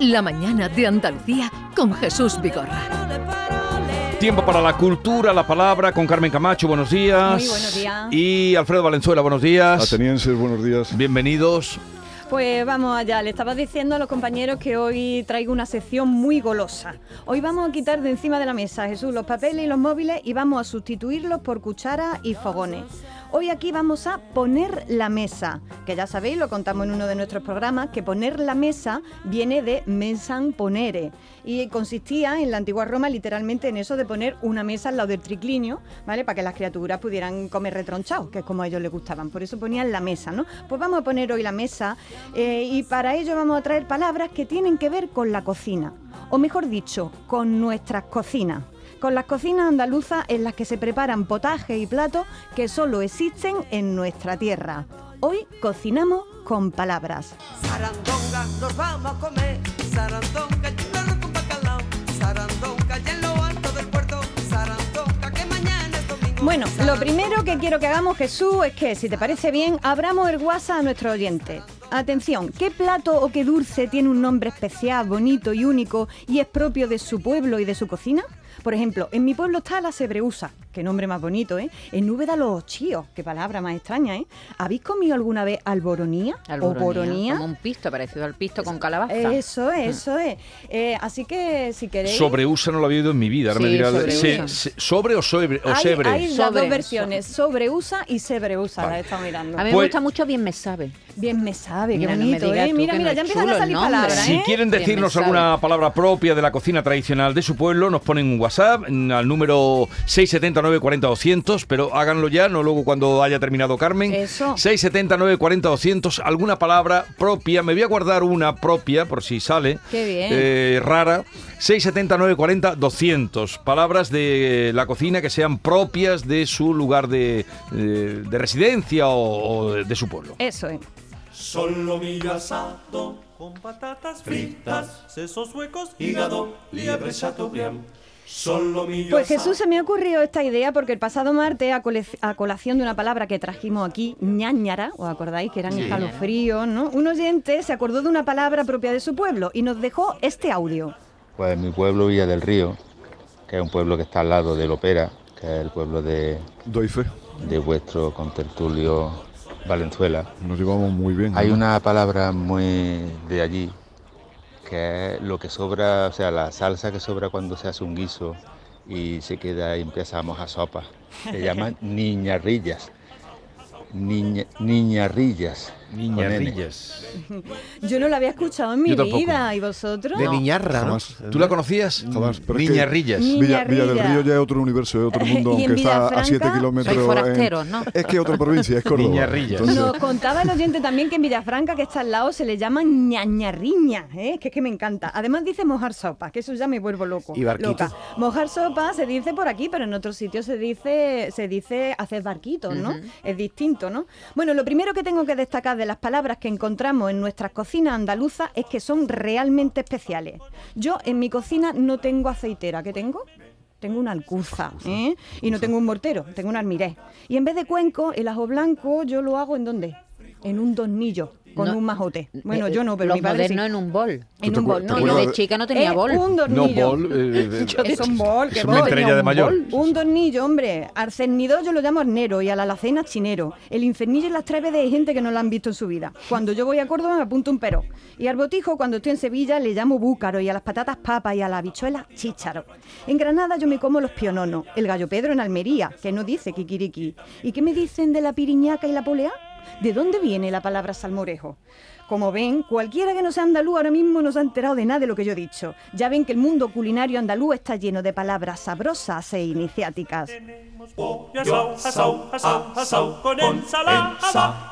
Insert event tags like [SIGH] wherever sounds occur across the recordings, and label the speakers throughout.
Speaker 1: La mañana de Andalucía con Jesús Vigorra.
Speaker 2: Tiempo para la cultura, la palabra con Carmen Camacho, buenos días.
Speaker 3: Muy buenos días.
Speaker 2: Y Alfredo Valenzuela, buenos
Speaker 4: Ah,
Speaker 2: días.
Speaker 4: Atenienses, buenos días.
Speaker 2: Bienvenidos.
Speaker 3: Pues vamos allá, le estaba diciendo a los compañeros que hoy traigo una sección muy golosa. Hoy vamos a quitar de encima de la mesa, Jesús, los papeles y los móviles y vamos a sustituirlos por cucharas y fogones. Hoy aquí vamos a poner la mesa, que ya sabéis, lo contamos en uno de nuestros programas, que poner la mesa viene de mensan ponere y consistía en la antigua Roma literalmente en eso de poner una mesa al lado del triclinio, ¿vale? Para que las criaturas pudieran comer retronchados, que es como a ellos les gustaban. Por eso ponían la mesa, ¿no? Pues vamos a poner hoy la mesa eh, y para ello vamos a traer palabras que tienen que ver con la cocina, o mejor dicho, con nuestras cocinas. Con las cocinas andaluzas en las que se preparan potajes y platos que solo existen en nuestra tierra. Hoy cocinamos con palabras.
Speaker 5: Sarandonga, nos vamos a comer. Sarandonga, churrasco con bacalao. Sarandonga, ya en lo alto del puerto. Sarandonga, que mañana es domingo.
Speaker 3: Bueno, lo primero que quiero que hagamos, Jesús, es que, si te parece bien, abramos el WhatsApp a nuestro oyente. Atención, ¿qué plato o qué dulce tiene un nombre especial, bonito y único y es propio de su pueblo y de su cocina? Por ejemplo, en mi pueblo está la cebreusa, qué nombre más bonito, ¿eh? En Úbeda los chíos, qué palabra más extraña, ¿eh? ¿Habéis comido alguna vez alboronía,
Speaker 6: Alboronía,
Speaker 3: o boronía?
Speaker 6: Como un Mm. pisto, parecido al pisto con calabaza.
Speaker 3: Eso es, eso es. Eh, así que si queréis...
Speaker 2: Sobreusa no lo había oído en mi vida. Ahora me
Speaker 6: Sí,
Speaker 2: dirá-
Speaker 6: sobreusa.
Speaker 2: se- se- sobre o sobre o
Speaker 3: hay,
Speaker 2: sebre.
Speaker 3: hay las
Speaker 6: Sobre.
Speaker 3: dos versiones, sobreusa y sebreusa, las he estado mirando.
Speaker 6: A mí me
Speaker 2: Pues-
Speaker 6: gusta mucho bien me sabe.
Speaker 3: Bien me sabe, qué
Speaker 6: Mira, no me
Speaker 3: bonito,
Speaker 6: digas
Speaker 3: ¿eh?
Speaker 6: tú
Speaker 3: Mira,
Speaker 6: que
Speaker 3: mira,
Speaker 6: no
Speaker 3: ya
Speaker 6: es
Speaker 3: empiezan
Speaker 6: chulo
Speaker 3: a
Speaker 6: el
Speaker 3: salir
Speaker 6: nombre.
Speaker 3: palabras,
Speaker 2: Si
Speaker 3: ¿eh?
Speaker 2: quieren
Speaker 6: Bien,
Speaker 2: decirnos
Speaker 6: me sabe.
Speaker 2: alguna palabra propia de la cocina tradicional de su pueblo, nos ponen un WhatsApp mm, al número 679 40 200, pero háganlo ya, no luego cuando haya terminado Carmen.
Speaker 3: Eso.
Speaker 2: 679 40 200, alguna palabra propia, me voy a guardar una propia por si sale.
Speaker 3: Qué bien.
Speaker 2: eh, rara. 679 40 200, palabras de la cocina que sean propias de su lugar de, eh, de residencia o, o de- de su pueblo.
Speaker 3: Eso es.
Speaker 7: Solomillo asado con patatas fritas, sesos huecos, hígado, liebre chateaubriand. Solomillo
Speaker 3: Pues
Speaker 7: asado.
Speaker 3: Jesús, se me ha ocurrido esta idea porque el pasado martes, a, cole- a colación de una palabra que trajimos aquí, ñañara, ¿os acordáis que eran escalofríos, no? Un oyente se acordó de una palabra propia de su pueblo y nos dejó este audio.
Speaker 8: Pues mi pueblo, Villa del Río, que es un pueblo que está al lado de Lopera, que es el pueblo de,
Speaker 4: Doy fe,
Speaker 8: de vuestro contertulio Valenzuela.
Speaker 4: nos llevamos muy bien.
Speaker 8: Hay
Speaker 4: ¿no?
Speaker 8: una palabra muy de allí, que es lo que sobra, o sea, la salsa que sobra cuando se hace un guiso y se queda y empezamos a sopa.
Speaker 9: [LAUGHS]
Speaker 8: Se llaman niñarrillas. Niña- niñarrillas. con N.
Speaker 2: Niñarrillas.
Speaker 3: Yo no lo había escuchado en mi
Speaker 2: Yo tampoco.
Speaker 3: vida, ¿y vosotros?
Speaker 9: De niñarra, ¿no?
Speaker 4: Jamás.
Speaker 2: ¿Tú la conocías?
Speaker 4: Jamás, pero es que-
Speaker 2: Niñarrillas.
Speaker 4: Villa, Villa del
Speaker 3: Niñarrilla.
Speaker 4: Río ya es otro universo, es otro mundo,
Speaker 3: [LAUGHS] Y en
Speaker 4: aunque está a
Speaker 3: Villafranca,
Speaker 4: 7 kilómetros.
Speaker 6: soy
Speaker 4: en-
Speaker 6: forastero, ¿no?
Speaker 4: Es que es otra provincia, es Córdoba.
Speaker 2: Niñarrillas.
Speaker 4: Entonces,
Speaker 3: Nos contaba el oyente también que en Villafranca, que está al lado, se le llama ñañarriña, ¿eh? que es que me encanta. Además dice mojar sopa, que eso ya me vuelvo loco.
Speaker 9: Y barquitos.
Speaker 3: loca. Mojar sopa se dice por aquí, pero en otros sitios se dice, se dice hacer barquitos, ¿no? Es distinto, ¿no? Bueno, lo primero que tengo que destacar de las palabras que encontramos en nuestras cocinas andaluzas es que son realmente especiales. Yo en mi cocina no tengo aceitera, ¿qué tengo? Tengo una alcuza, ¿eh? Y no tengo un mortero, tengo un almiré. Y en vez de cuenco, el ajo blanco yo lo hago en dónde? En un tornillo, con
Speaker 6: No,
Speaker 3: un majote. Bueno,
Speaker 6: Eh,
Speaker 3: yo no, pero
Speaker 6: los
Speaker 3: mi padre sí.
Speaker 6: modernos en un bol.
Speaker 3: En
Speaker 4: ¿Tú
Speaker 3: un
Speaker 4: te acuer-
Speaker 3: bol, no,
Speaker 4: te
Speaker 6: Yo
Speaker 4: acuerdas
Speaker 3: no.
Speaker 6: de chica no tenía
Speaker 3: Eh,
Speaker 6: bol.
Speaker 3: Un
Speaker 2: No,
Speaker 3: tornillo. [LAUGHS]
Speaker 2: bol. eh, eh,
Speaker 3: Es un bol, que
Speaker 2: es una
Speaker 3: bol.
Speaker 2: estrella de mayor.
Speaker 3: Un tornillo, hombre. Al cernidor yo lo llamo hornero y a la alacena chinero. El infernillo y las tres veces hay gente que no la han visto en su vida. Cuando yo voy a Córdoba me apunto un pero. Y al botijo, cuando estoy en Sevilla, le llamo búcaro y a las patatas papas y a la habichuela chícharo. En Granada yo me como los piononos, el gallo pedro en Almería, que no dice kikiriki. ¿Y qué me dicen de la piriñaca y la polea? ¿De dónde viene la palabra salmorejo? Como ven, cualquiera que no sea andaluz ahora mismo no se ha enterado de nada de lo que yo he dicho. Ya ven que el mundo culinario andaluz está lleno de palabras sabrosas e iniciáticas.
Speaker 7: Pollo asado, asado, asado, asado, con ensalada.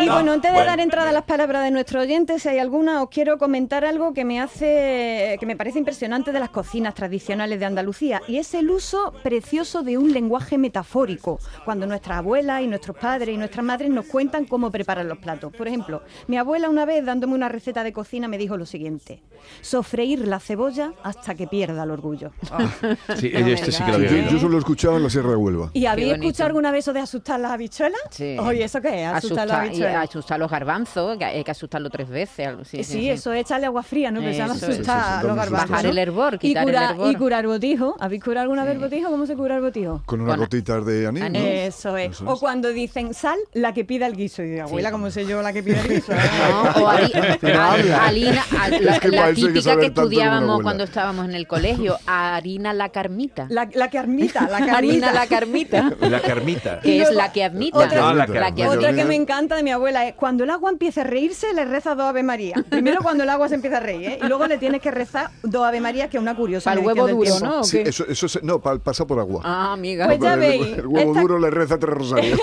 Speaker 3: Y bueno, antes de dar entrada a las palabras de nuestro oyente, si hay alguna, os quiero comentar algo que me hace, que me parece impresionante de las cocinas tradicionales de Andalucía y es el uso precioso de un lenguaje metafórico cuando nuestras abuelas y nuestros padres y nuestras madres nos cuentan cómo preparan los platos. Por ejemplo, mi abuela una una vez dándome una receta de cocina me dijo lo siguiente, sofreír la cebolla hasta que pierda el orgullo.
Speaker 6: Ah,
Speaker 2: Sí,
Speaker 6: No me
Speaker 2: este sí que lo
Speaker 6: digas.
Speaker 2: había
Speaker 4: Yo, yo
Speaker 2: oído.
Speaker 4: solo lo escuchaba en la Sierra de Huelva.
Speaker 3: ¿Y habéis
Speaker 6: bonito.
Speaker 3: escuchado alguna vez eso de asustar las habichuelas?
Speaker 6: Sí.
Speaker 3: Oye, ¿eso qué es? Asustar
Speaker 6: Asusta,
Speaker 3: las
Speaker 6: y
Speaker 3: habichuelas.
Speaker 6: asusta los garbanzos, que hay que asustarlo tres veces. algo- Sí,
Speaker 3: Sí,
Speaker 6: sí, sí.
Speaker 3: eso es echarle agua fría, ¿no? Que se llama
Speaker 6: Eso es.
Speaker 4: Sí, sí,
Speaker 3: asustar a
Speaker 4: sí, da
Speaker 3: los
Speaker 4: un susto,
Speaker 3: garbanzos.
Speaker 6: Bajar el hervor,
Speaker 3: y,
Speaker 6: quitar el
Speaker 3: curar-
Speaker 6: hervor.
Speaker 3: y curar botijo. ¿Habéis curado alguna vez botijo? ¿Cómo se cura el botijo?
Speaker 4: Con una
Speaker 6: Con-
Speaker 4: gotita de anís. ¿no?
Speaker 6: anís.
Speaker 3: Eso es.
Speaker 4: Eso
Speaker 3: O
Speaker 4: es.
Speaker 3: cuando dicen sal, la que pida el guiso. Y digo, abuela, ¿cómo sé yo la que pida el
Speaker 6: [LAUGHS]
Speaker 3: guiso? Ah,
Speaker 6: No, o ali- al- harina, al- la,
Speaker 4: Es que
Speaker 6: la
Speaker 4: parece que
Speaker 6: típica
Speaker 4: saber
Speaker 6: que,
Speaker 4: tanto como una
Speaker 6: estudiábamos
Speaker 4: abuela.
Speaker 6: cuando estábamos en
Speaker 3: [LAUGHS]
Speaker 6: el colegio, harina la carmita.
Speaker 3: La, la carmita, la carmita.
Speaker 6: [LAUGHS] harina la carmita,
Speaker 2: La carmita.
Speaker 3: [LAUGHS]
Speaker 6: que
Speaker 3: Y
Speaker 6: es
Speaker 3: luego-
Speaker 6: la que admita.
Speaker 3: Otra-
Speaker 2: Ah, la
Speaker 6: la que
Speaker 2: carmita.
Speaker 3: Otra que
Speaker 4: Carolina.
Speaker 3: me encanta de mi abuela es cuando el agua empieza a reírse, le reza dos Ave María. Primero cuando el agua se empieza a reír, ¿eh? Y luego le tienes que rezar dos Ave María, que es una curiosa.
Speaker 6: Para el
Speaker 3: medición
Speaker 6: huevo
Speaker 3: del
Speaker 6: duro,
Speaker 3: tiempo.
Speaker 6: ¿no? ¿O
Speaker 4: Sí,
Speaker 6: qué?
Speaker 4: eso, eso se- no, pa- pasa por agua.
Speaker 6: Ah, amiga.
Speaker 3: Pues ya
Speaker 4: el,
Speaker 3: veis,
Speaker 4: el huevo
Speaker 3: esta-
Speaker 4: duro le reza
Speaker 3: [LAUGHS]
Speaker 4: tres rosarios.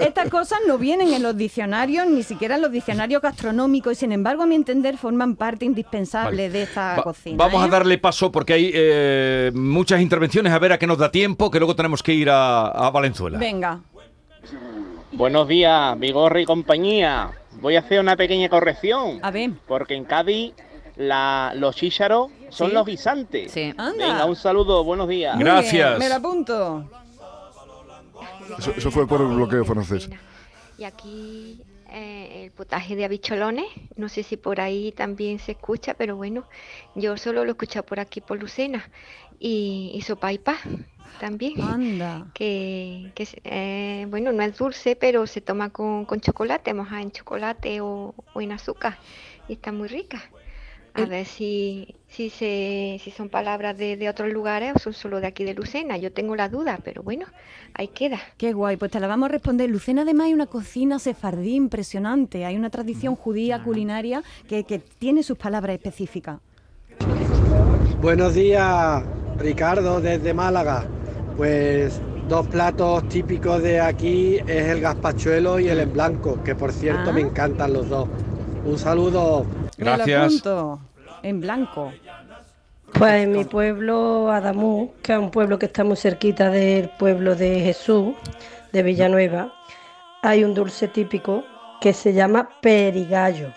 Speaker 3: Estas cosas no vienen en los diccionarios, ni siquiera en los diccionarios gastronómicos, y sin embargo, a mi entender, forman parte indispensable de esta
Speaker 2: Va-
Speaker 3: cocina.
Speaker 2: vamos a
Speaker 3: ¿eh?
Speaker 2: darle paso porque hay eh, muchas intervenciones, a ver a qué nos da tiempo, que luego tenemos que ir a, a Valenzuela.
Speaker 3: Venga.
Speaker 9: Buenos días, Vigorra y compañía. Voy a hacer una pequeña corrección.
Speaker 3: A ver.
Speaker 9: Porque en Cádiz la- los chícharos son
Speaker 3: Sí.
Speaker 9: los guisantes.
Speaker 6: Sí.
Speaker 3: Anda.
Speaker 9: Venga, un saludo, buenos días.
Speaker 3: Muy
Speaker 2: Gracias.
Speaker 3: bien, me la apunto.
Speaker 4: Eso, eso fue por el bloqueo francés.
Speaker 10: Y aquí eh, el potaje de habicholones, no sé si por ahí también se escucha, pero bueno, yo solo lo escuchado por aquí por Lucena y, y sopaipa también,
Speaker 3: Anda.
Speaker 10: que, que es, eh, bueno, no es dulce, pero se toma con, con chocolate, mojada en chocolate o, o en azúcar y está muy rica. A ver si, si, se, si son palabras de, de otros lugares o son solo de aquí de Lucena, yo tengo la duda, pero bueno, ahí queda.
Speaker 3: Qué guay, pues te la vamos a responder. Lucena además hay una cocina sefardí impresionante, hay una
Speaker 2: Mm.
Speaker 3: tradición judía culinaria que, que tiene sus palabras específicas.
Speaker 9: Buenos días, Ricardo, desde Málaga. Pues dos platos típicos de aquí es el gazpachuelo y el en blanco, que por
Speaker 3: cierto, Ah. me
Speaker 9: encantan los dos. Un saludo.
Speaker 3: Me lo
Speaker 2: Gracias.
Speaker 3: apunto. En blanco.
Speaker 9: Pues en mi pueblo, Adamú, que es un pueblo que está muy cerquita del pueblo de Jesús, de Villanueva, hay un dulce típico que se llama perigallo.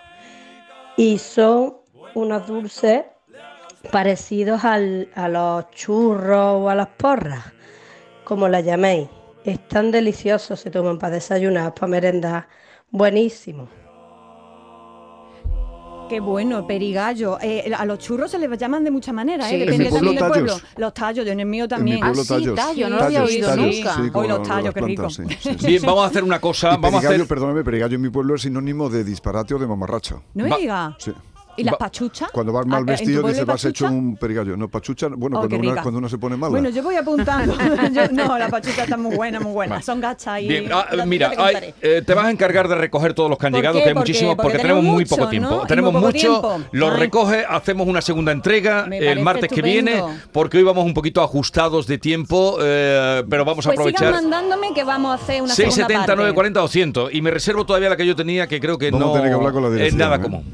Speaker 9: Y son unos dulces parecidos al- a los churros o a las porras, como la llaméis. Están deliciosos, se toman para desayunar, para merendar. Buenísimo.
Speaker 3: Qué bueno, perigallo. Eh, a los churros se les llaman de muchas maneras,
Speaker 6: Sí.
Speaker 3: ¿eh?
Speaker 6: En
Speaker 3: depende
Speaker 6: mi
Speaker 4: pueblo,
Speaker 3: también del pueblo.
Speaker 4: tallos.
Speaker 3: Los tallos, yo en el mío
Speaker 4: En mi
Speaker 3: también. Ah,
Speaker 4: pueblo,
Speaker 6: sí,
Speaker 4: tallos.
Speaker 6: tallo,
Speaker 3: no lo había
Speaker 4: Tallos,
Speaker 3: oído
Speaker 4: tallos,
Speaker 6: nunca.
Speaker 4: sí, como
Speaker 3: Hoy los
Speaker 4: las
Speaker 3: tallos, qué
Speaker 4: plantas,
Speaker 3: rico.
Speaker 4: sí, sí, sí.
Speaker 2: Bien, vamos a hacer una cosa,
Speaker 4: Y
Speaker 2: vamos a
Speaker 4: perigallo,
Speaker 2: hacer...
Speaker 4: perdóname, perigallo en mi pueblo es sinónimo de disparate o de mamarracha.
Speaker 3: No me
Speaker 2: Va-
Speaker 3: diga.
Speaker 4: Sí.
Speaker 3: ¿Y las
Speaker 2: Va-
Speaker 3: pachuchas?
Speaker 4: Cuando vas
Speaker 3: Ah,
Speaker 4: mal
Speaker 3: ¿en tu
Speaker 4: vestido
Speaker 3: pueblo hay
Speaker 4: dices, vas hecho
Speaker 3: pachucha?
Speaker 4: un perigallo. No, pachucha, bueno,
Speaker 3: Oh,
Speaker 4: cuando,
Speaker 3: qué
Speaker 4: una,
Speaker 3: rica.
Speaker 4: cuando uno se pone mala.
Speaker 3: Bueno, yo voy
Speaker 4: [LAUGHS]
Speaker 3: apuntando. [LAUGHS] Yo- no, las pachuchas están muy buenas, muy buenas. Son gachas y...
Speaker 2: Bien, ah,
Speaker 3: ya- ya
Speaker 2: mira,
Speaker 3: te
Speaker 2: ay,
Speaker 3: contaré.
Speaker 2: eh, te vas a encargar de recoger todos los que han
Speaker 3: ¿Por
Speaker 2: llegado,
Speaker 3: qué?
Speaker 2: que hay
Speaker 3: Porque-
Speaker 2: muchísimos, porque,
Speaker 3: porque
Speaker 2: tenemos,
Speaker 3: tenemos
Speaker 2: muy
Speaker 3: mucho,
Speaker 2: poco tiempo.
Speaker 3: ¿no? Y
Speaker 2: Tenemos
Speaker 3: muy poco
Speaker 2: mucho,
Speaker 3: tiempo.
Speaker 2: los
Speaker 3: Ay.
Speaker 2: recoge, hacemos una segunda entrega
Speaker 3: Me
Speaker 2: el
Speaker 3: parece
Speaker 2: martes que
Speaker 3: estupendo.
Speaker 2: viene, porque hoy vamos un poquito ajustados de tiempo, eh, pero vamos a
Speaker 3: Pues sigan
Speaker 2: aprovechar.
Speaker 3: mandándome que vamos a hacer una segunda
Speaker 2: 670
Speaker 3: parte.
Speaker 2: 940 200 y me reservo todavía la que yo tenía que creo que
Speaker 4: Vamos a
Speaker 2: no
Speaker 4: tener que hablar con la ¿eh?
Speaker 2: es
Speaker 4: dirección,
Speaker 2: nada
Speaker 4: ¿eh?
Speaker 2: común.